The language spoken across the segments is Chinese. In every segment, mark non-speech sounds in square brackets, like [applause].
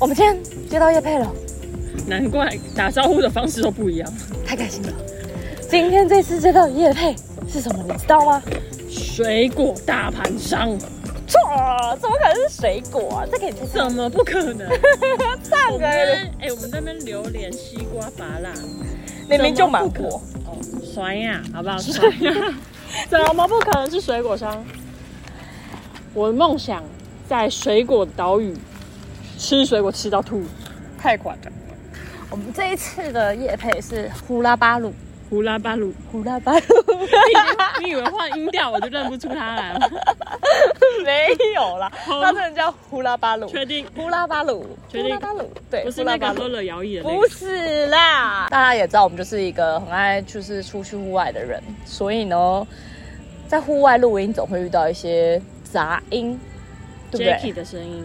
我们今天接到叶配了，难怪打招呼的方式都不一样。太开心了。今天这次接到叶配是什么，你知道吗？水果大盘商，错，怎么可能是水果啊？这可以吃怎么不可 [laughs] 能？上我们那边哎、我们那边榴莲、西瓜、芭辣，明明就芒果，哦，酸呀，好不好？酸呀，啊 [laughs] 怎么不可能是水果商？我的梦想在水果岛屿吃水果吃到吐，太夸张。 [laughs] 我们这一次的叶配是胡拉巴鲁，胡拉巴鲁，胡拉巴鲁 [laughs] 你以为换音调我就认不出他来了？ [laughs] [laughs] 没有啦，好它真的叫胡拉巴鲁，确定胡拉巴鲁，确胡定拉巴鲁，对，不是胡拉那个巴喝鲁。了摇椅的那不个？是啦，大家也知道我们就是一个很爱就是出去户外的人，所以呢，在户外录音总会遇到一些杂音，对不 j a c k 对？i 的声音，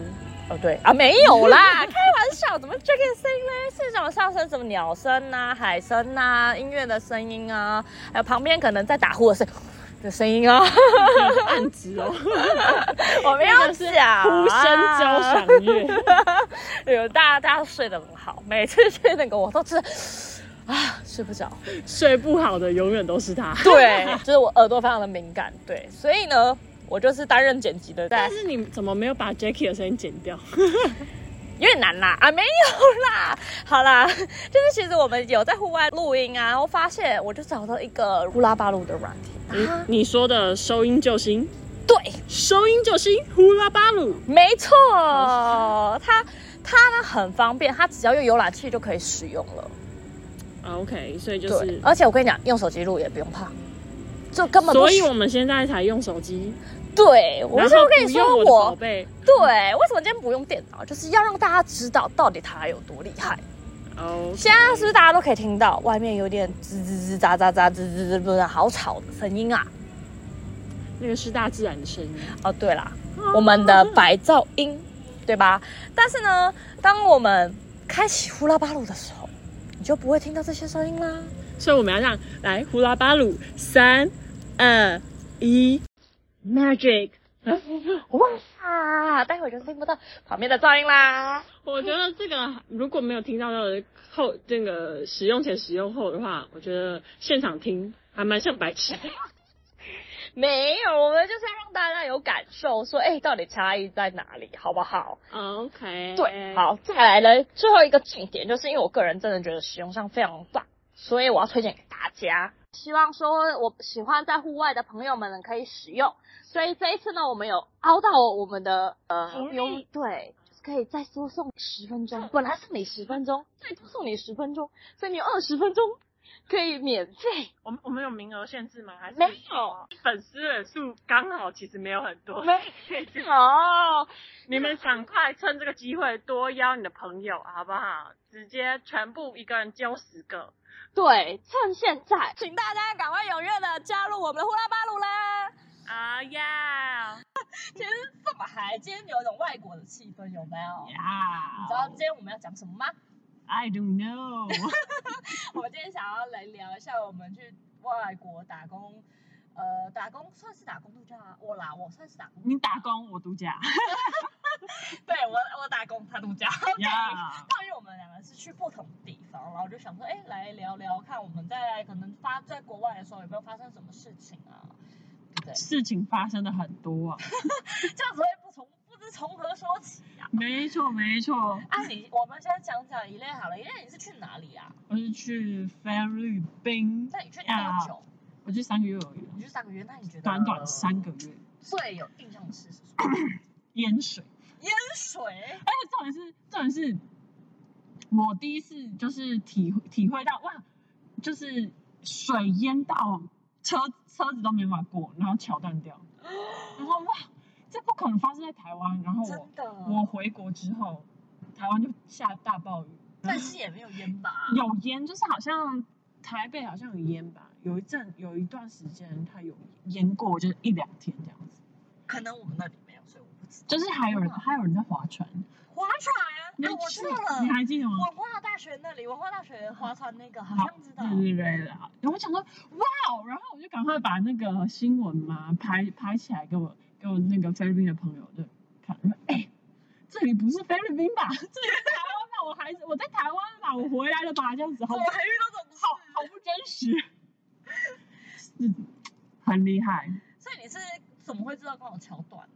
哦，对啊，没有啦， [laughs] 开玩笑，怎么 Jacky 声音呢？是什么笑声？什么鸟声啊、海声啊、音乐的声音啊，还有旁边可能在打呼的声的声音 [laughs] 啊，暗指哦，我们要讲呼声 [laughs] 交响乐。有大家大家睡得很好，每次去那个我都是啊睡不着。睡不好的永远都是他。 [laughs] [laughs] 对，就是我耳朵非常的敏感，对，所以呢，我就是担任剪辑的，对，但是你怎么没有把 Jackie 的声音剪掉？有点难啦，啊，没有啦， [laughs] 好啦，就是其实我们有在户外录音啊，然后发现我就找到一个乌拉巴鲁的软体，啊，你说的收音救星，对，收音救星呼啦巴鲁，没错，它它呢很方便，它只要用浏览器就可以使用了，啊 OK，所以就对是，，而且我跟你讲，用手机录也不用怕。就根本不所以需我们现在才用手机，对，我然就后是跟不你用说我的嗯宝贝，对，为什么今天不用电脑？就是要让大家知道到底它有多厉害。哦，现在是不是大家都可以听到外面有点吱吱吱喳喳喳吱吱吱，不是好吵的声音啊？那个是大自然的声音，哦，对啦，我们的白噪音，对吧？但是呢，当我们开启呼啦巴鲁的时候，你就不会听到这些声音啦。 [laughs] 所以我们要让来呼啦巴鲁，三二一，Magic。哇，待会儿就听不到旁边的噪音啦。 [laughs] 我觉得这个如果没有听到的后，这个使用前使用后的话，我觉得现场听还蛮像白痴。没有，我们就是要让大家有感受，说，哎，到底差异在哪里，好不好？ OK，对，，好，再来呢，最后一个重点，就是因为我个人真的觉得使用上非常棒，所以我要推荐给大家。希望说我喜欢在户外的朋友们可以使用，所以这一次呢，我们有凹到我们的呃福利优对，就是可以再多送十分钟，本来送你十分钟，再多送你十分钟，所以你有二十分钟可以免费。我们我们有名额限制吗？还是没哦有粉丝人数刚好其实没有很多。哦， [laughs] 你们赶快趁这个机会多邀你的朋友，好不好？直接全部一个人揪十个。对，趁现在，请大家赶快踊跃的加入我们的呼啦巴鲁啦！啊呀其实这么嗨，今天有一种外国的气氛，有没有？你知呀道今天我们要讲什么吗？ ！I don't know。 [laughs] 我们今天想要来聊一下我们去外国打工，呃，打工算是打工度假啊，我啦，我算是打工，你打工，我度假。对我我打工，他度假。呀！当日我们两个是去不同地方，然后就想说，哎，来聊聊看我们在可能发在国外的时候有没有发生什么事情啊？对不对？事情发生的很多啊。这样子会不从不知从何说起啊。没错没错，啊你，我们先讲讲一类好了，一类你是去哪里啊？我是去菲律宾，那你去呀多久？我去三个月而已，你去三个月，那你觉得短短三个月，最有印象的事是什么？ [coughs] 淹水。淹水，而且重点是，重点是，我第一次就是体体会到哇，就是水淹到车车子都没办法过，然后桥断掉，然后哇，这不可能发生在台湾。然后我真的。我回国之后，台湾就下大暴雨，但是也没有淹吧？有淹，就是好像台北好像有淹吧，有一阵有一段时间它有淹过，就是一两天这样子。可能我们那里没有，所以我不知道。就是还有人还有人在划船，划船啊，你我去知道了你。还记得吗？文化大学那里，文化大学划船那个好像知道。对对对啦，然后我想说，哇哦，然后我就赶快把那个新闻嘛拍拍起来给我给我那个菲律宾的朋友就看，我说哎、这里不是菲律宾吧？这里 [laughs] 白痴，我在台湾啦，我回来了吧？这样子好怎不么还遇到这种事？好好不真实，是 [laughs] 很厉害。所以你是怎么会知道刚好桥段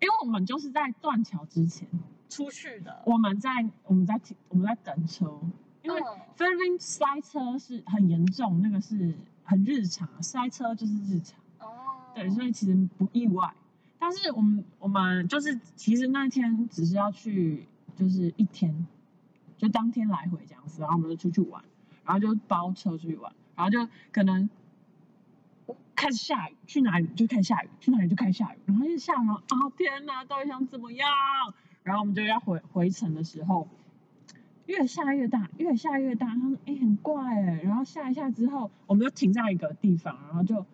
因为我们就是在断桥之前，出去的？我们在我们在停我们在等车，因为嗯菲律宾塞车是很严重，那个是很日常，塞车就是日常。哦，对，所以其实不意外。但是我们我们就是其实那天只是要去就是一天，就当天来回这样子，然后我们就出去玩，然后就包车出去玩，然后就可能开始下雨，去哪里就开始下雨，去哪里就开始下雨，然后一下雨，然后哦天哪，到底想怎么样？然后我们就要回回程的时候，越下越大，越下越大。他说：“哎、很怪哎。”然后下一下之后，我们就停在一个地方，然后就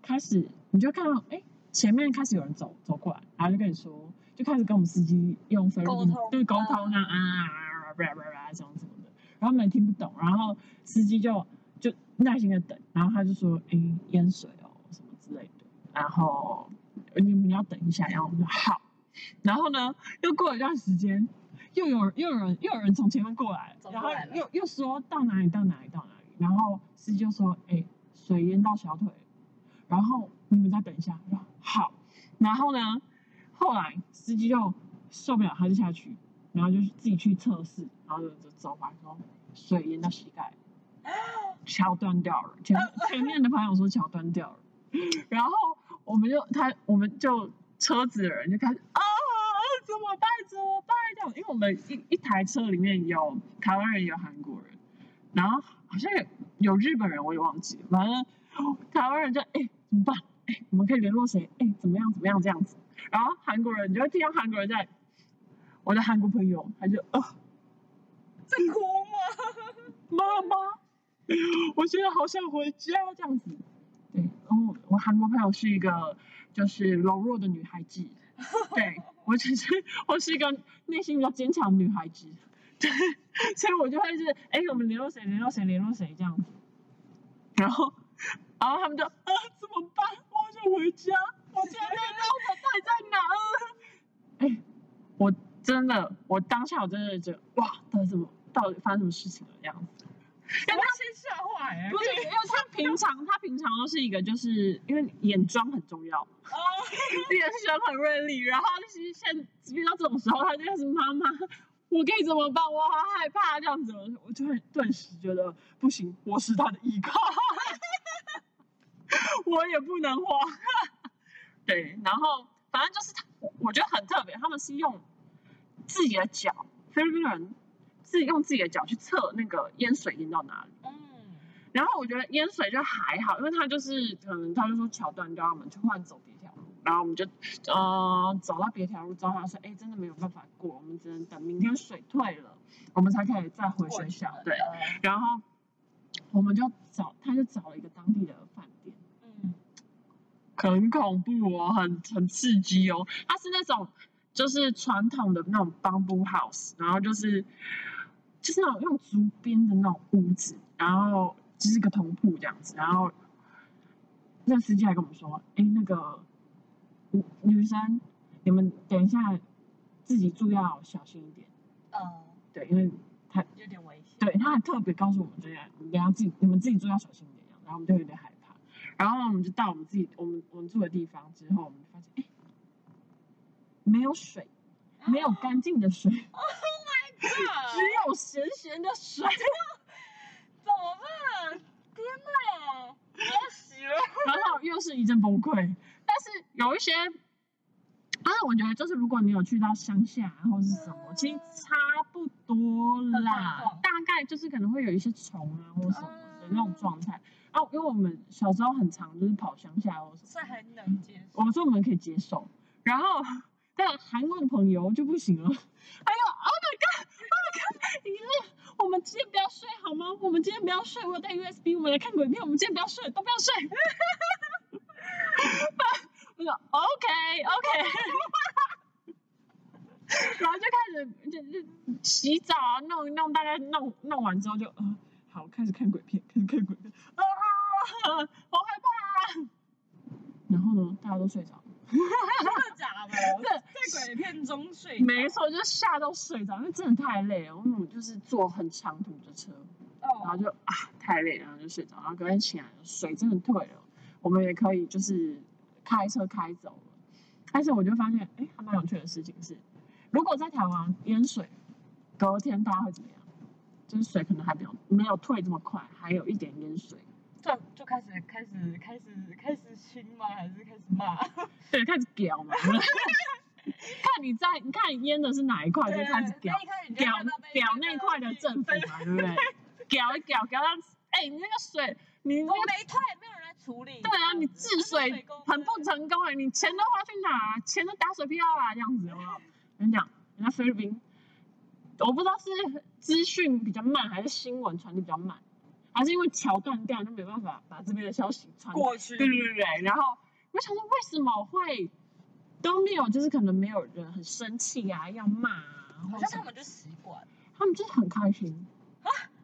开始，你就看到哎、前面开始有人走走过来，然后就跟你说，就开始跟我们司机用菲律沟宾通嗯对沟通啊啊啊啊啊啊这样什么的，然后我们也听不懂，然后司机就就耐心的等，然后他就说：“哎、淹水哦，什么之类的。”然后你们要等一下，然后我们就好。然后呢，又过了一段时间，又有又有人又有人从前面过来走，然过后来了又又说到哪里到哪里到哪里，然后司机就说：“哎、水淹到小腿了，然后你们再等一下。”然后好，然后呢，后来司机就受不了，他就下去，然后就自己去测试，然后就就走完，然后水淹到膝盖，啊桥断掉了。前前面的朋友说桥断掉了， [laughs] 然后我们就他我们就车子的人就开始啊。怎么办？怎么办？这样，因为我们一一台车里面有台湾人，有韩国人，然后好像有有日本人，我也忘记了。反正台湾人就哎、怎么办？哎、我们可以联络谁？哎、怎么样？怎么样？这样子。然后韩国人，你就会听到韩国人在，我的韩国朋友，他就呃，在哭吗？妈 [laughs] 妈，我现在好想回家这样子。对，然后我韩国朋友是一个就是柔弱的女孩子，对我只是我是一个内心比较坚强的女孩子，对，所以我就会是哎、我们联络谁联络谁联络谁这样子，然后然后他们就啊怎么办？我好想回家，我现在在哪？我到底在哪？哎、我真的我当下我真的觉得哇，到底怎么到底发生什么事情了这样子。我要先吓坏 [laughs] 哎！不是，因为他平常他平常都是一个，就是因为眼妆很重要，哦，眼神很锐利，然后就是现在遇到这种时候，他就开始妈妈，我该怎么办？我好害怕啊这样子，我就会顿时觉得不行，我是他的依靠， [laughs] 我也不能慌。 [laughs] 对，然后反正就是他，我我觉得很特别，他们是用自己的脚，菲律宾人自己用自己的脚去测那个淹水淹到哪里。嗯，然后我觉得淹水就还好，因为他就是可能他就说桥段叫我们去换走别条路，然后我们就呃走到别条路之后，他说哎真的没有办法过，我们只能等明天水退了，我们才可以再回学校。对，呃然后我们就找他就找了一个当地的饭店，嗯，很恐怖哦，很很刺激哦。它是那种就是传统的那种 bamboo house，然后就是就是那种用竹编的那种屋子，然后就是一个同铺这样子。然后那司机还跟我们说：“哎，那个女女生，你们等一下自己住要小心一点，呃，对，因为有点危险。对，他还特别告诉我们这样，你等一下自己你们自己住要小心一点，然后我们就有点害怕，然后我们就到我们自己我们我们住的地方之后，我们就发现哎，没有水，没有干净的水，只啊有咸咸的水，怎么办？天哪！我要洗了。 [laughs] 然后又是一阵崩溃。但是有一些，但是我觉得就是如果你有去到乡下或是什么，其实差不多很棒啦，大概就是可能会有一些虫啊或什么的那种状态。啊，因为我们小时候很常就是跑乡下或什么，这还能接受？我们说我们可以接受，然后但韩国的朋友就不行了，哎呦，Oh my God，Oh my God，你是我们今天不要睡好吗？我们今天不要睡，我有带 USB，我们来看鬼片，我们今天不要睡，都不要睡。 [laughs] 我说 OK OK，然后就开始就就洗澡啊，弄一弄，大概弄弄完之后就呃，好开始看鬼片，开始看鬼片，啊，好害怕、啊。然后呢，大家都睡着了，真的假的？在鬼片中睡着没错，就是吓到睡着，因为真的太累了。我母就是坐很长途的车，然后哦，就啊太累了，然后就睡着，然后隔天起来水真的退了，我们也可以就是开车开走了。但是我就发现，哎，还蛮有趣的事情是，如果在台湾淹水，隔天大家会怎么样？就是水可能还没有没有退这么快，还有一点淹水，就就开始开始开始开始亲吗？还是开始骂？对，开始屌嘛。 [laughs] 看你在，你看淹的是哪一块，就开始屌那。一开始你就屌看到屌那块的政府对嘛，对不 [laughs] 对？屌一屌，屌到哎、你那个水，你那都个没退，没有人来处理。对啊，你治水工很不成功哎、你钱都花去哪、啊钱都打水漂啦，这样子有没有？我跟你讲，人家菲律宾，我不知道是资讯比较慢，还是新闻传递比较慢，还是因为桥断掉，就没办法把这边的消息传过去对对对对，然后我想说为什么会都没有，就是可能没有人很生气啊，要骂啊，好或像者他们就习惯，他们就是很开心，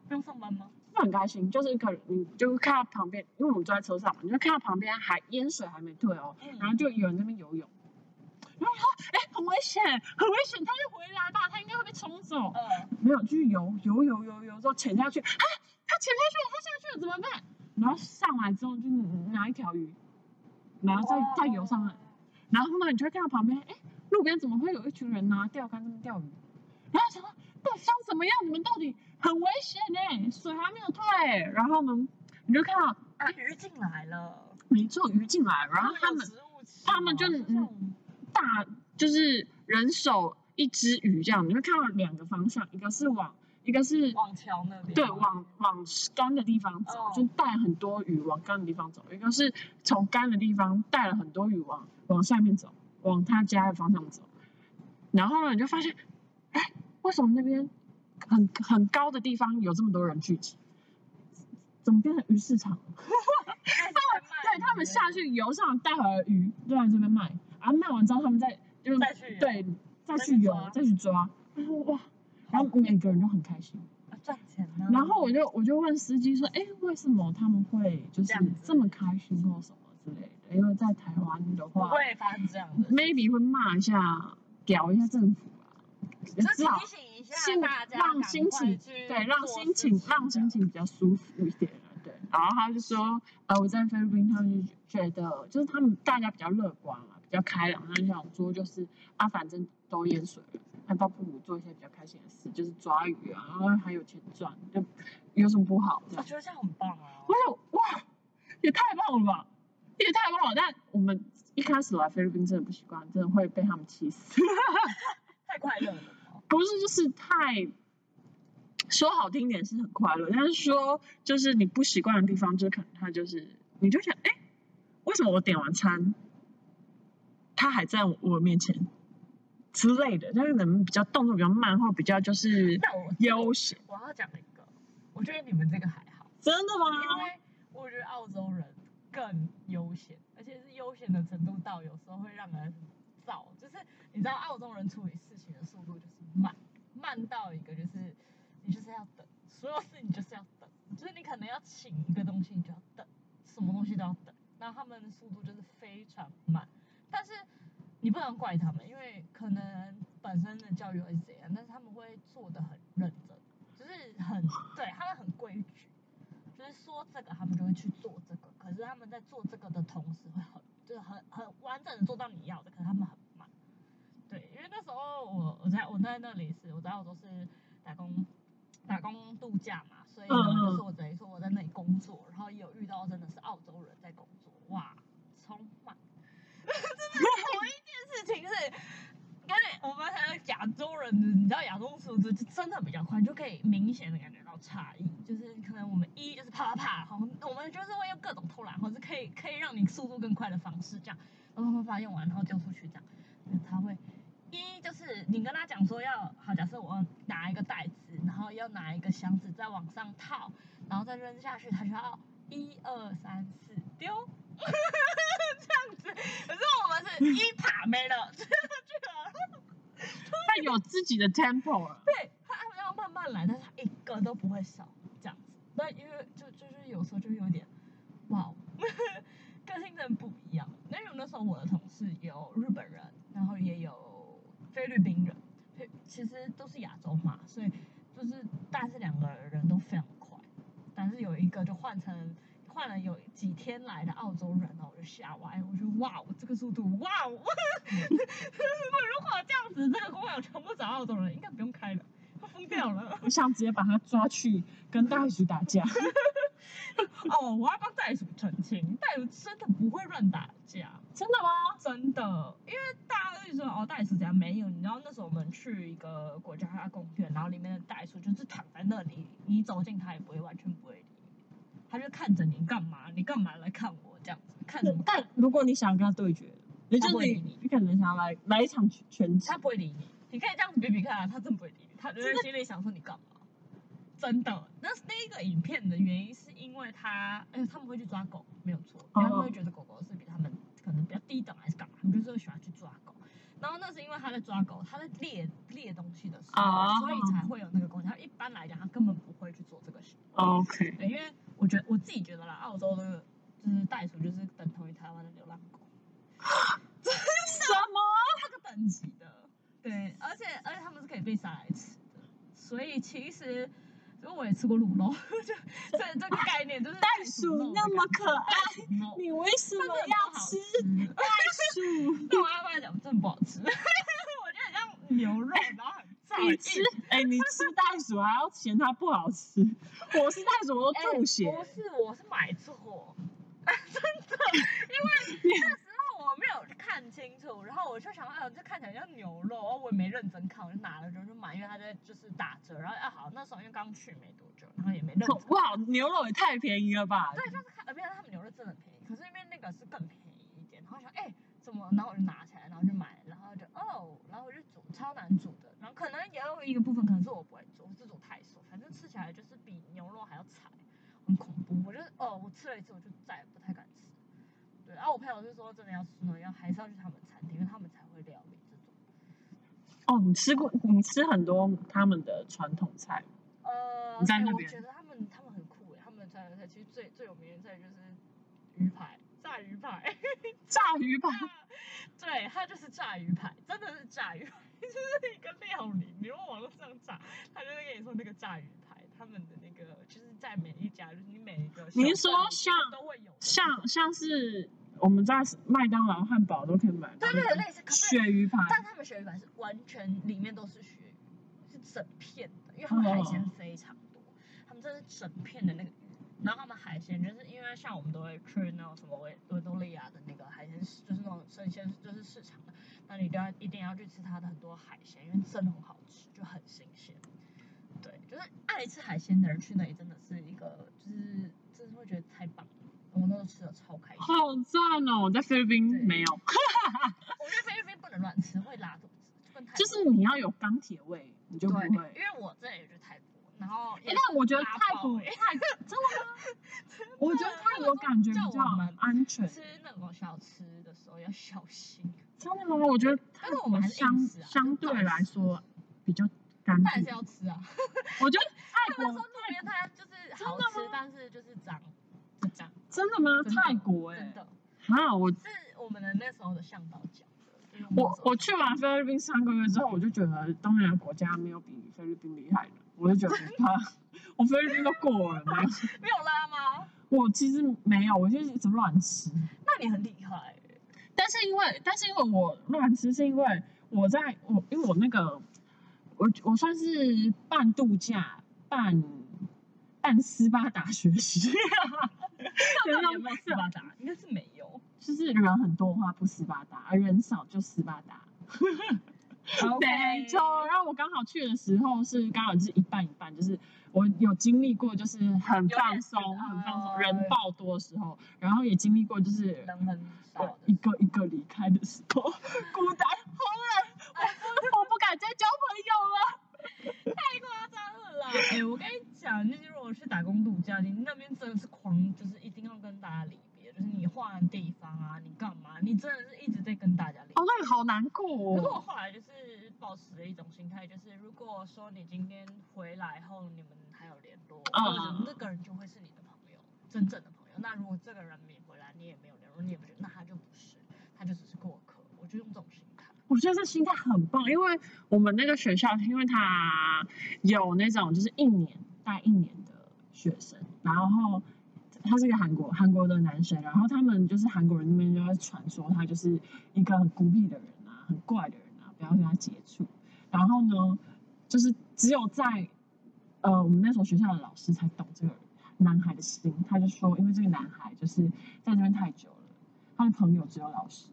不用上班吗？就很开心，就是可能你就看到旁边，因为我们坐在车上嘛，你就看到旁边还淹水还没退哦，嗯然后就有人在那边游泳。然后我说：“哎、很危险，很危险！他就回来吧，他应该会被冲走。嗯，没有，就是游游游游游之后潜下去，啊，他潜下去了，他下去了，怎么办？然后上来之后就拿一条鱼，然后再再游上来。然后呢，你就会看到旁边，哎，路边怎么会有一群人拿钓竿在那钓鱼？然后想说，到底想怎么样？你们到底很危险呢、水还没有退、然后呢，你就看到，啊，鱼进来了，没错，鱼进来，然后他们有食物吃吗他们就嗯大就是人手一只鱼这样，你会看到两个方向，一个是往，一个是往桥那边，对，往往干的地方走，哦就带很多鱼往干的地方走；一个是从干的地方带了很多鱼往往下面走，往他家的方向走。然后呢，你就发现，哎，为什么那边很很高的地方有这么多人聚集？怎么变成鱼市场了？开始在卖对他们下去游上带回来的鱼，就来这边卖，然后卖完之后，他们再就再去游对再再去去游抓再去抓，然后哇，然后每个人都很开心。啊赚钱呢，然后我就我就问司机说，哎，为什么他们会就是这样子这么开心或什么之类的？因为在台湾的不话会发生这样的。 ，maybe 会骂一下、屌一下政府啊，就至少提醒一下心大家，让心情对让心情让心。情比较舒服一点啊。对，然后他就说，呃，我在菲律宾，他们就觉得就是他们大家比较乐观啊，比较开朗，他就想说就是啊，反正都淹水了，那倒不如做一些比较开心的事，就是抓鱼啊，然后还有钱赚，就有什么不好？这我样。觉得这样很棒啊我！想，哇，也太棒了吧，也太棒了！但我们一开始来菲律宾真的不习惯，真的会被他们气死。 [laughs] 太快乐了吧，不是，就是太说好听点是很快乐，但是说就是你不习惯的地方，就可能他就是你就想，哎、为什么我点完餐，他还在我面前之类的，就是可能比较动作比较慢，或比较就是那我悠闲。我要讲一个，我觉得你们这个还好，真的因吗？为我觉得澳洲人更悠闲，而且是悠闲的程度到有时候会让人燥，就是你知道澳洲人处理事情的速度就是慢，慢到一个就是你就是要等，所有事情就是要等，就是你可能要请一个东西你就要等，什么东西都要等，然后他们的速度就是非常慢，但是。你不能怪他们，因为可能本身的教育会是这样，但是他们会做的很认真，就是很对他们很规矩，就是说这个他们就会去做这个，可是他们在做这个的同时会很就是很很完整的做到你要的，可是他们很慢。对，因为那时候我我在我在那里是我在澳洲是打工打工度假嘛，所以呢嗯嗯就是我等于说我在那里工作，然后也有遇到真的是澳洲人在工作，哇，超慢。 [laughs] 真的有一件事情是。因为我们还有亚洲人，你知道亚洲速度就真的比较快，你就可以明显的感觉到差异。就是可能我们一就是啪啪啪，好，我们就是会用各种偷懒，或是可以可以让你速度更快的方式，这样然后啪啪啪用完，然后丢出去这样。那他会一就是你跟他讲说要好，假设我要拿一个袋子，然后要拿一个箱子再往上套，然后再扔下去，他就要一二三四丢。这样子，可是我们是一爬没了，这个他有自己的 tempo 啊了。对，他他们要慢慢来，但是他一个都不会少，这样子。那因为就就是 [laughs] 有时候就有点，哇哦，个性真的不一样。那有那时候我的同事，就是有日本人，然后也有菲律宾人，菲其实都是亚洲嘛，所以就是但是两个人都非常快，但是有一个就换成换了有几天来的澳洲人哦，我就吓歪，我说哇，这个速度哇， [laughs] 我如果这样子，这个公园全部找澳洲人，应该不用开了，他疯掉了。我想直接把他抓去跟大黑鼠打架。哦，我要帮袋鼠澄清，袋鼠真的不会乱打架，真的吗？真的，因为大家都一直说哦，袋鼠怎样没有？你知道那时候我们去一个国家公园，然后里面的袋鼠就是躺在那里，你走近它也不会完全不会理你，它就看着你干嘛？你干嘛来看我这样子？看什么看？但嗯如果你想跟他对决，也就他不是会理你，你可能想要来来一场拳拳击它。不会理你，你可以这样子比比看啊，它真不会理你，它就在心里想说你干嘛？真的，那那一个影片的原因是因为它，哎、他们会去抓狗，没有错，因为他们会觉得狗狗是比他们可能比较低等还是干嘛，他们就是会喜欢去抓狗。然后那是因为他在抓狗，他在猎猎东西的时候哦所以才会有那个攻击。他一般来讲，他根本不会去做这个事。 OK，对，因为我觉得我自己觉得啦，澳洲的就是袋鼠就是等同于台湾的流浪狗，什么？它个等级的。对，而且而且他们是可以被杀来吃的，所以其实因为我也吃过卤肉， [laughs] 就这这个概念就是袋鼠那么可爱，爱你为什么要吃袋 [laughs] 鼠？对我阿妈讲，真的不好吃。我 [laughs] 觉得很像牛肉，然后很炸。你吃，哎、你吃袋鼠还要嫌它不好吃？我是袋鼠，我哎都吐血。不是，我是买错，真的，因为那时候我没有看清楚，然后我就想，哎呦，这看起来像牛肉，哦我也没认真看，我就拿了之后就买，因为它在就是打折，然后啊好，那时候因为刚去没多久，然后也没认真看。哇，牛肉也太便宜了吧！对，就是看，而且他们牛肉真的便宜，可是那边那个是更便宜一点。然后想，哎、怎么？然后我就拿起来，然后就买，然后就哦，然后我就煮，超难煮的。然后可能也有一个部分可能是我不会煮，我是煮太熟，反正吃起来就是比牛肉还要柴，很恐怖。我就是哦，我吃了一次我就再也不太敢吃。对，啊然、后我朋友就说，真的要吃呢，要还是要去他们餐厅，因为他们才会料理这种。哦，你吃过，你吃很多他们的传统菜吗，呃，你在哎那我边觉得他们他们很酷欸诶，他们的川菜其实最最有名的菜就是鱼排，炸鱼排。炸鱼排。对，它就是炸鱼排，真的是炸鱼排， [laughs] 就是一个料理。你如果网络上炸，他就会跟你说那个炸鱼排，他们的那个就是在每一家，就是你每一个小镇里面你是说像都会有的像像是我们在麦当劳汉堡都可以买对到对那对个类似，可是鳕鱼排，但他们鳕鱼排是完全里面都是鳕鱼，是整片的，因为他们海哦鲜非常多，他们真的是整片的那个鱼。然后他们海鲜就是因为像我们都会去那种什么维维多利亚的那个海鲜市，就是那种生鲜就是市场的，那你一定要一定要去吃它的很多海鲜，因为真的很好吃，就很新鲜。对，就是爱吃海鲜的人去那里真的是一个，就是真的会觉得太棒了。我那时候吃的超开心，好赞哦！我在菲律对宾没有，我觉得菲律宾不能乱吃，会拉肚子，就跟泰就国是你要有钢铁胃，你就不对，会。因为我这里就是泰国，然后哎，但我觉得泰国拉爆欸泰真的吗？ [laughs] 我觉得泰国感觉比较安全。吃那种小吃的时候要小心，真的吗？我觉得泰但是我国们还是相硬吃啊相对来说比较干但净是。要吃啊。我觉得泰他们说国路边摊就是好吃，但是就是脏，就脏，真的吗？真的泰国真哎，的啊，我是我们的那时候的向导讲的。因为们那我时候我去完菲律宾三个月之后，我就觉得东南亚国家没有比菲律宾厉害的，我就觉得他， [laughs] 我菲律宾都过了没有？没有拉吗？我其实没有，我就是一直乱吃。那你很厉害欸，但是因为，但是因为我乱吃，是因为我在我因为我那个我我算是半度假半半斯巴达学 [laughs] 习，到有底有那种没有斯巴啊达？应该是没有。就是人很多的话不斯巴达，而人少就斯巴达。没错，然后我刚好去的时候是刚好是一半一半，就是我有经历过就是很放松嗯有点、很放松，呃人爆多的时候，然后也经历过就是人很少的一个一个离开的时候，孤单，好冷，我不我不敢再交朋太夸张了啦！哎、我跟你讲，就是如果去打工度假，你那边真的是狂，就是一定要跟大家离别，就是你换地方啊，你干嘛，你真的是一直在跟大家离别。友了。哦，那个好难过可是我哦。后来就是保持了一种心态，就是如果说你今天回来后你们还有联络，嗯或者那个人就会是你的朋友，真正的朋友。那如果这个人没回来，你也没有联络，你也不觉得，那他就不是，他就只是过客。我觉得这心态很棒，因为我们那个学校，因为它有那种就是一年带一年的学生，然后他是一个韩国韩国的男生，然后他们就是韩国人那边就在传说他就是一个很孤僻的人啊，很怪的人啊，不要跟他接触。然后呢，就是只有在呃我们那所学校的老师才懂这个男孩的心，他就说，因为这个男孩就是在这边太久了，他的朋友只有老师。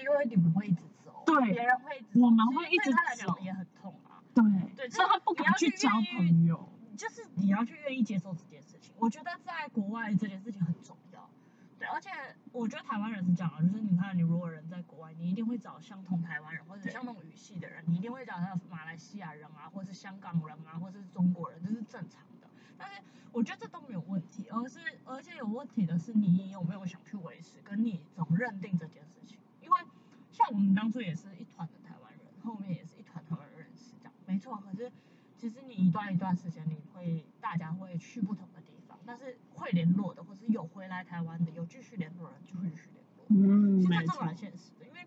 因为你们会一直走，对别人会一直走，我们其实会一对直他来走讲也很痛啊。对，对，所以他不敢去交朋友。就是你要去愿意接受这件事情。我觉得在国外这件事情很重要，对，而且我觉得台湾人是这样啊，就是你看，你如果人在国外，你一定会找相同台湾人或者对相同语系的人，你一定会找到马来西亚人啊，或是香港人啊，或是中国人，这是正常的。但是我觉得这都没有问题，而是而且有问题的是你有没有想去维持，跟你怎么认定这件事情。因为像我们当初也是一团的台湾人，后面也是一团台湾人认识这样，没错。可是其实你一段一段时间，你会大家会去不同的地方，但是会联络的，或是有回来台湾的，有继续联络的人就会继续联络。嗯，其没实这错蛮，现实的，因为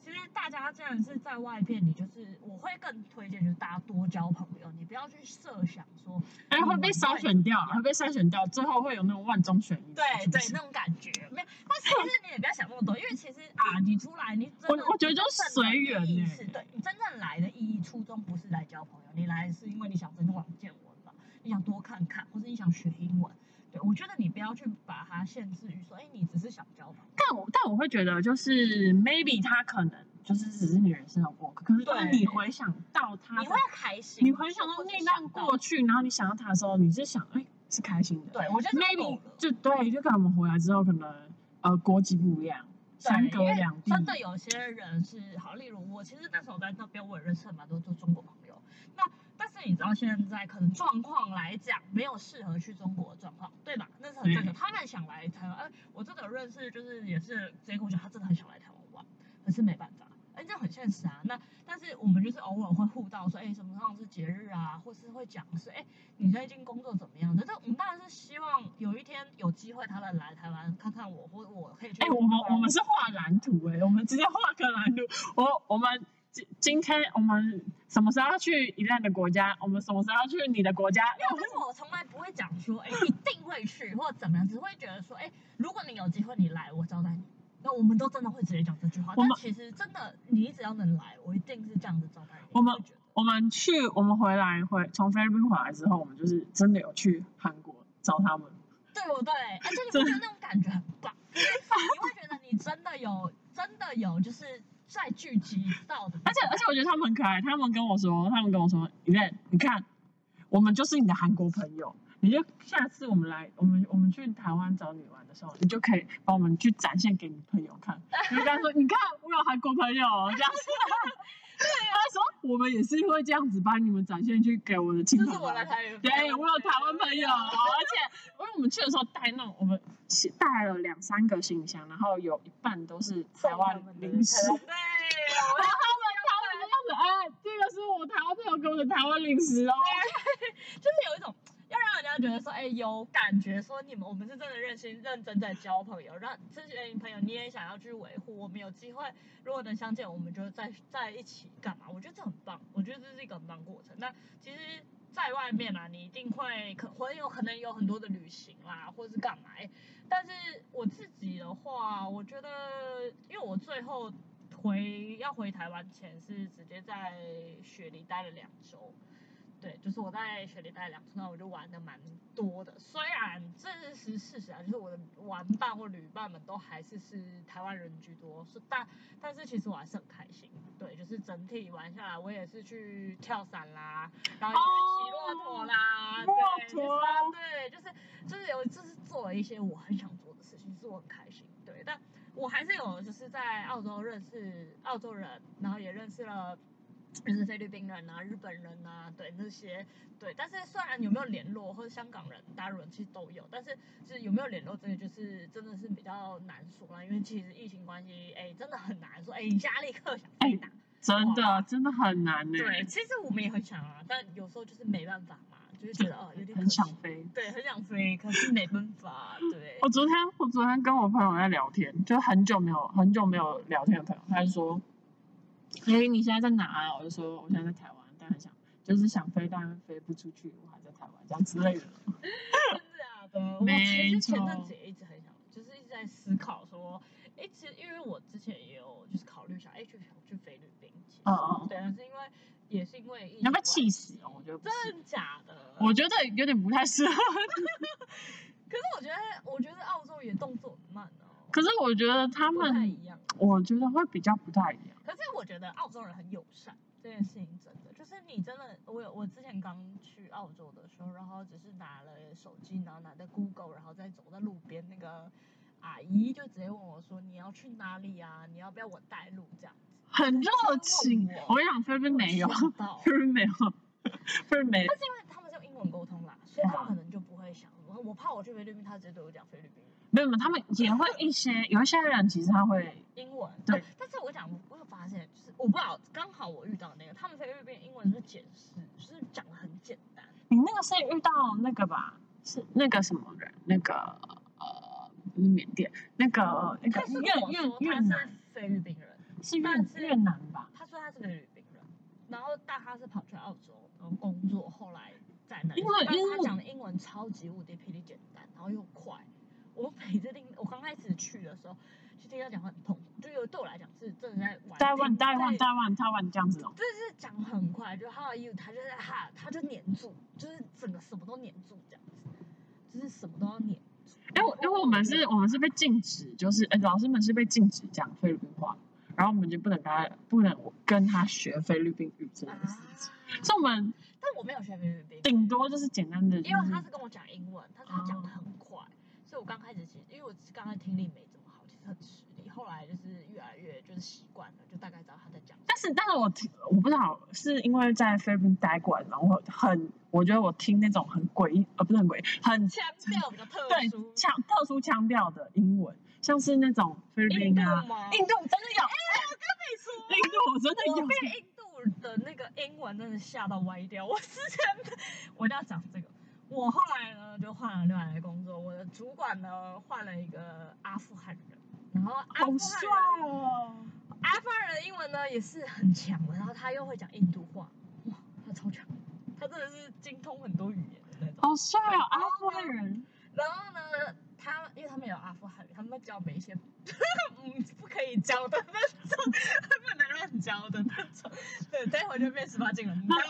其实大家既然是在外面，你就是我会更推荐就是大家多交朋友，你不要去设想说哎，会被筛选掉，会被筛选掉，最后会有那种万中选一。对是不对是那种感觉没有，但是其实你也不要想那么多，因为其实啊，你出来你真的我我觉真得就正的随缘意义欸是对你真正来的意义初衷不是来交朋友，你来是因为你想增广见闻嘛，你想多看看，或是你想学英文。对，我觉得你不要去把它限制于说，哎，你只是想交朋友。但我但我会觉得，就是 maybe 他可能就是只是你人生的过客，可是当对你回想到他你的会，开心，啊你回想到那段过去，去，然后你想到他的时候，你是想，哎，是开心的。对我觉得这就够 maybe 了就对，就可能我们回来之后，可能呃国籍不一样，对相隔因为两地，真的有些人是好，例如我其实那时候在那边，我也认识了蛮多做中国朋友。那但是你知道现在可能状况来讲，没有适合去中国的状况，对吧？那是很正常。他们想来台湾，哎、我真的有认识，就是也是直接跟我讲，他真的很想来台湾玩，可是没办法。哎，这样很现实啊。那但是我们就是偶尔会互道说，哎，什么时候是节日啊，或是会讲是，哎，你最近工作怎么样的？但我们当然是希望有一天有机会他们来台湾看看我，或我可以去。哎、我们我们是画蓝图哎、我们直接画个蓝图。我我们今今天我们什么时候要去宜兰的国家？我们什么时候要去你的国家？没有，但是我从来不会讲说，哎、一定会去或怎么样，只会觉得说，哎、如果你有机会你来，我招待你。那我们都真的会直接讲这句话，我但们其实真的，你只要能来，我一定是这样子招待你。我们会觉得我们去，我们回来回从菲律宾回来之后，我们就是真的有去韩国找他们。对不对？而且你不觉得那种感觉很棒？就是你会觉得你真的有，真的有，就是在聚集到 [laughs] 的那种感觉，而且而且我觉得他们很可爱，他们跟我说，他们跟我说，宜兰，你看，我们就是你的韩国朋友。你就下次我们来，我们我们去台湾找你玩的时候，你就可以把我们去展现给你朋友看。你就跟他说，你看我有韩国朋友这样子。他说我们也是会这样子把你们展现去给我的亲这朋是好我来友。台湾，对，我有台湾朋友，而且因为我们去的时候带那种，我们带了两三个行李箱，然后有一半都是台湾零食。对，我这样子，哎，这个是我台湾朋友给我的台湾零食哦。就是有一种要让人家觉得说，哎、有感觉，说你们我们是真的认心认真在交朋友，让这些朋友你也想要去维护，我们有机会如果能相见，我们就在在一起干嘛？我觉得这很棒，我觉得这是一个很棒过程。那其实。在外面啊，你一定会可会有可能有很多的旅行啦，或是干嘛、哎但是我自己的话，我觉得，因为我最后回要回台湾前是直接在雪梨待了两周，对，就是我在雪梨待了两次，那我就玩的蛮多的。虽然这是事实啊，就是我的玩伴或旅伴们都还是是台湾人居多，是但但是其实我还是很开心。对，就是整体玩下来，我也是去跳伞啦，然后也去骑骆驼啦，哦啊对，就是骆驼对，就是就是有就是做了一些我很想做的事情，是我很开心。对，但我还是有就是在澳洲认识澳洲人，然后也认识了。就是菲律宾人啊、日本人啊，对那些，对，但是虽然有没有联络或者香港人、大陆人其实都有，但是就是有没有联络，这个就是真的是比较难说啦，因为其实疫情关系，哎，真的很难说，哎，你现在立刻想飞哪？哎真的，真的很难欸呢、对，其实我们也很想啊，但有时候就是没办法嘛，就是觉得哦，有点可很想惜，飞。对，很想飞，可是没办法， [laughs] 对我，昨天，我昨天跟我朋友在聊天，就很久没有很久没有聊天的朋友，他就说，哎、你现在在哪、啊？我就说我现在在台湾，但很想就是想飞，但飞不出去，我还在台湾这样之类的。真的啊，我其没实前阵错子也一直很想，就是一直在思考说，哎、其实因为我之前也有就是考虑想，哎、去想去菲律宾，其实嗯嗯嗯对，但是因为也是因为疫你要被情气死哦！我觉得不关系，是，真的假的？我觉得有点不太适合。可是我觉得，我觉得澳洲也动作很慢哦，可是我觉得他不太们，一样。我觉得会比较不太一样。可是我觉得澳洲人很友善，这件事情真的，就是你真的，我有我之前刚去澳洲的时候，然后只是拿了手机，然后拿着 Google，然后再走在路边，那个阿姨就直接问我说：“你要去哪里啊？你要不要我带路？”这样子，很热情真的。我跟你讲，菲律宾没有我，吓到菲律宾没有， [laughs] 菲律宾没有。但是因为他们是用英文沟通啦，所以他们可能就不会想。我我怕我去菲律宾，他直接对我讲菲律宾语没有，没有他们也会一些，有一些人其实他会，英文。对哦但是我讲，我有发现，就是我不知道，刚好我遇到那个，他们菲律宾英文是简式，就是讲的很简单。你那个是遇到那个吧？是那个什么人？那个呃，不是缅甸，那个那哦他个是越跟我越说越他是南菲律宾人，是越但是越南吧？他说他是菲律宾人，然后但他是跑去澳洲然后工作，后来在那里，因为但是因为他讲的英文超级无敌霹雳简单，然后又快。我每次听，我刚开始去的时候，就听他讲话很痛苦，就有对我来讲是真的在玩台湾听台湾在台湾台湾这样子哦。就是讲很快，就 How are you？他就在哈，他就黏住，就是整个什么都黏住这样子，就是什么都要黏住。啊因为因为我们是我们是被禁止，就是呃老师们是被禁止讲菲律宾话，然后我们就不能跟他不能跟他学菲律宾语这件啊，事情，所以我们但我没有学菲律宾，顶多就是简单的、就是，因为他是跟我讲英文，但是他讲的哦很快，所以我刚开始其实因为我刚才听力没这么好，其实很吃力，后来就是越来越就是习惯了，就大概知道他在讲什么。但是，但是我听我不知道是因为在菲律宾待过来，然后我很，我觉得我听那种很诡异，呃，不是很诡异，很腔调比较特对殊，腔特殊腔调的英文，像是那种菲律印宾度啊，吗？印度真的有，印度我真的我有，被印度的那个英文真的吓到歪掉。我之前我一定要讲这个。我后来呢就换了另外一个工作，我的主管呢换了一个阿富汗人，然后阿好富帅汗人哦！阿富汗人的英文呢也是很强的，然后他又会讲印度话，哇，他超强，他真的是精通很多语言的那种。好帅哦，阿富汗人，然后呢，他因为他们有阿富汗语，他们会教我们一些嗯不可以教的那种，不能乱教的那种。对，待会儿就变十八禁了。当然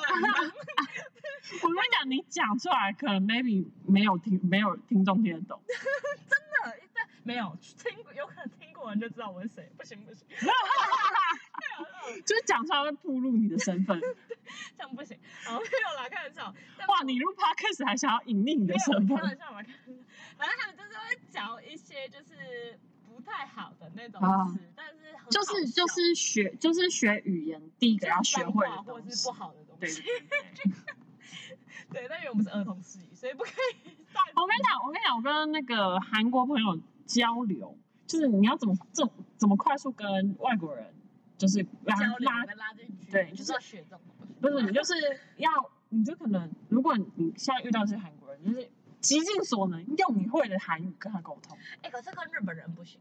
我跟你讲，你讲出来可能 maybe 没有听没有听众听得懂，真的，但没有听过，有可能听过的人就知道我是谁。不行不行，就是讲出来会暴露你的身份。这样不行。然后没有啦，开玩笑。但哇，你录 podcast 还想要隐匿你没的有，身开份？玩笑嘛，开玩笑。反正他们就是会讲一些就是不太好的那种啊词，但是很就好是笑就是学就是学语言，第一就个要是学脏会话的或东者是西不。好的东对，西。对对对对，但因为我们是儿童事宜，所以不可以大我跟你讲，我跟你讲，我跟那个韩国朋友交流，就是你要怎么怎怎么快速跟外国人，就是拉交流拉，跟拉进去，对你就是是要学这种东西。不是你就是要，你就可能如果你现在遇到的是韩国人，就是极尽所能用你会的韩语跟他沟通。哎，可是跟日本人不行，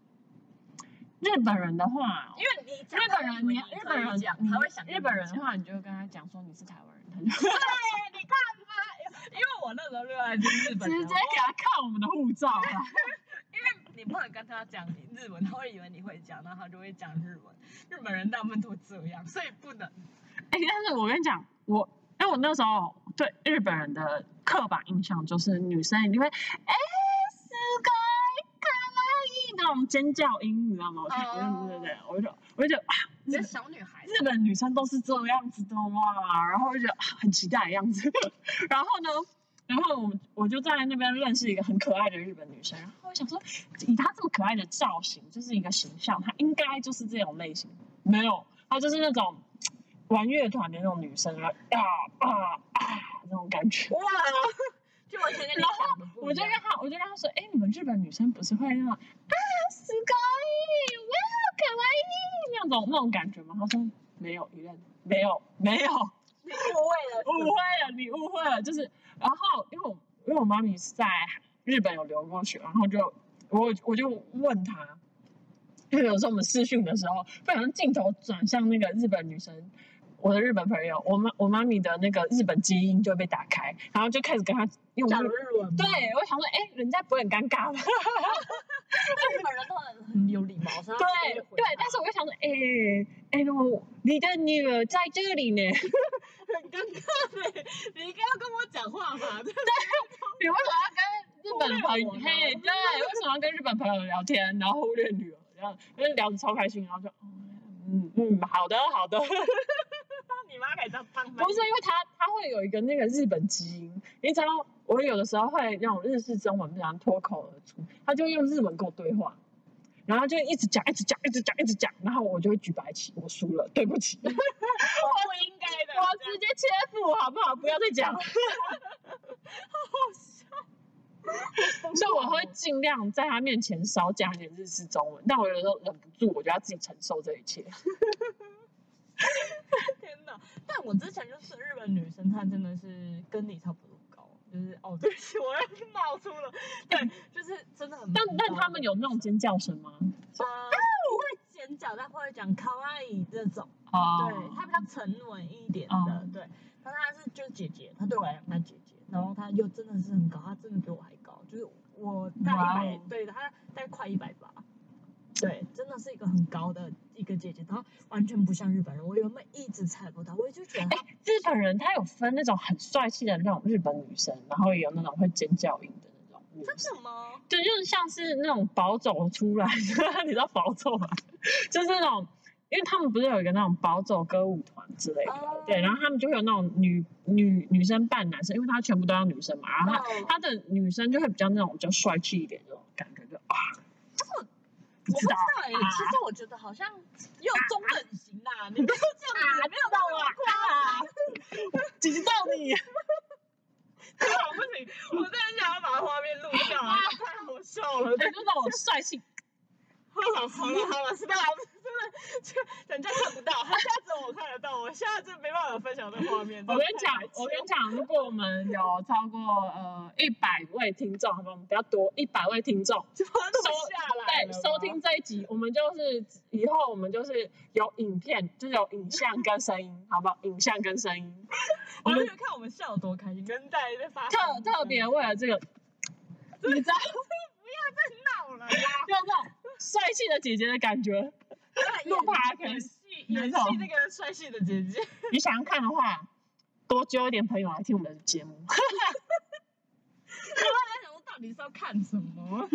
日本人的话，因为你讲日本人，你你日本人讲，你他会想日本人的对，话，你就跟他讲说你是台湾人，他就你看吧，因为我那时候热爱听日本人，直接给他看我们的护照 [laughs] 啊。你不能跟他讲你日文，他会以为你会讲，然后他就会讲日文。日本人大部分都这样，所以不能。哎、但是我跟你讲，我因为我那时候对日本人的刻板印象就是女生一定会哎，すごい可愛い那种尖叫音，你知道吗？我看，哦对对对，我就我就觉得啊，你日是本小女孩，日本女生都是这样子的哇，然后我就觉得、啊、很期待的样子。 [laughs] 然后呢，然后我我就在那边认识一个很可爱的日本女生，然后我想说，以她这么可爱的造型，就是一个形象，她应该就是这种类型。没有，她就是那种玩乐团的那种女生啊啊啊啊那种感觉。哇，就完全跟你想的不一样。我就让她，我就让她说，哎、你们日本女生不是会那种啊，すごい，哇，可爱い那种那种感觉吗？她说没有，一任没有没有。你误会了，误会了，你误会了，就是，然后因为我因为我妈咪是在日本有留过学，然后就我我就问她，因为有时候我们视讯的时候，不小心镜头转向那个日本女生，我的日本朋友，我妈我妈咪的那个日本基因就会被打开，然后就开始跟她用讲日日文吗，对，我想说，哎、人家不会很尴尬吧？日本人都很很有礼貌，所以他直对接就回对答，但是我就想说，哎、哎、我你的女儿在这里 [laughs] 呢，很尴尬的，你应该要跟我讲话吧？对，你为什么要跟日本朋忽略友？我呢嘿， [laughs] 对，为什么要跟日本朋友聊天，然后忽略女儿？然后就是聊得超开心，然后就，嗯嗯，好的好的， [laughs] [laughs] 你妈可以这样当翻译，不是因为他他会有一个那个日本基因，你知道我有的时候会那种日式中文不想脱口而出，他就用日文跟我对话，然后就一直讲一直讲一直讲一直讲，然后我就会举白旗，我输了，对不起，我我不应该的，这直接切腹好不好？不要再讲了，样所以我会尽量在他面前少讲一点日式中文，但我有时候忍不住，我就要自己承受这一切。 [laughs] 天哪！但我之前就是日本女生，她真的是跟你差不多高，就是哦，对不起，我又冒出了，对，就是真的很蛮但高的。但他们有啊那种尖叫声吗？呃不会尖叫，但会讲卡哇伊这种，哦对，她比较沉稳一点的哦，对。但她是就是姐姐，她对我来讲她姐姐，然后她又真的是很高，她真的比我还高，就是我大概一百哇哦，对，她大概快一百八。对，真的是一个很高的一个姐姐，然后完全不像日本人，我原本一直猜不到，我就觉得她日本人他有分那种很帅气的那种日本女生，然后也有那种会尖叫音的那种女真生。的吗？对，就是像是那种保走出来的， [laughs] 你知道保走吗？就是那种，因为他们不是有一个那种保走歌舞团之类的，哦对，然后他们就会有那种女女女生扮男生，因为他全部都要女生嘛，然后他、哦他的女生就会比较那种比较帅气一点这种感觉，就啊，我不不知知道道哎、其实我觉得好像也有中等型啦，你不要这样子，没有到我夸啊， [laughs] 挤到你，好不行，我真的想要把画面录下来，太好笑了。 [laughs] 对，就那种帅 [laughs] 气，好了好了好了，是的，真的，人家看不到，他下次我看得到，我下次没办法分享这画面。我跟你讲，我跟你讲，如果我们有超过呃一百位听众，好吧，我们比较多一百位听众，收下来，对，收听这一集，我们就是以后我们就是有影片，就是有影像跟声音，好不好？影像跟声音， [laughs] 我们看我们笑得多开心，跟在那边发特特别为了这个，你知道，闹了， [laughs] 用那种帅气的姐姐的感觉，录 podcast 演戏演戏那个帅气的姐 [laughs] 姐。你想要看的话，多揪一点朋友来听我们的节目。他想说到底是要看什 [laughs] 么？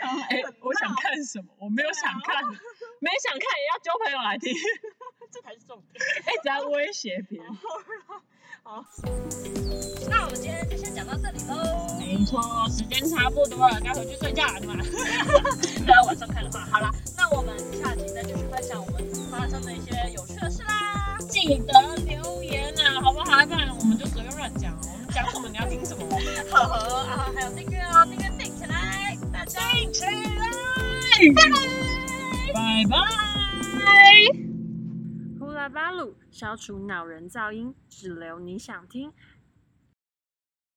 哎、 [laughs] 我想看什么？我没有想看， [laughs] 没想看也要揪朋友来听， [laughs] 这才是重点。 [laughs] 哎、只要威胁别人。那我们今天就先讲到这里喽。没错，时间差不多了，该回去睡觉了，对吧？ [laughs] 大家晚上看的话，好啦，那我们下集再继续分享我们发生的一些有趣的事啦。记得留言啊，好不好？不然我们就随便乱讲，我们讲什么你要听什么。好啊，还有订阅哦，订阅订起来，大家订起来，拜拜。拜拜。呼啦巴鲁消除恼人噪音，只留你想听。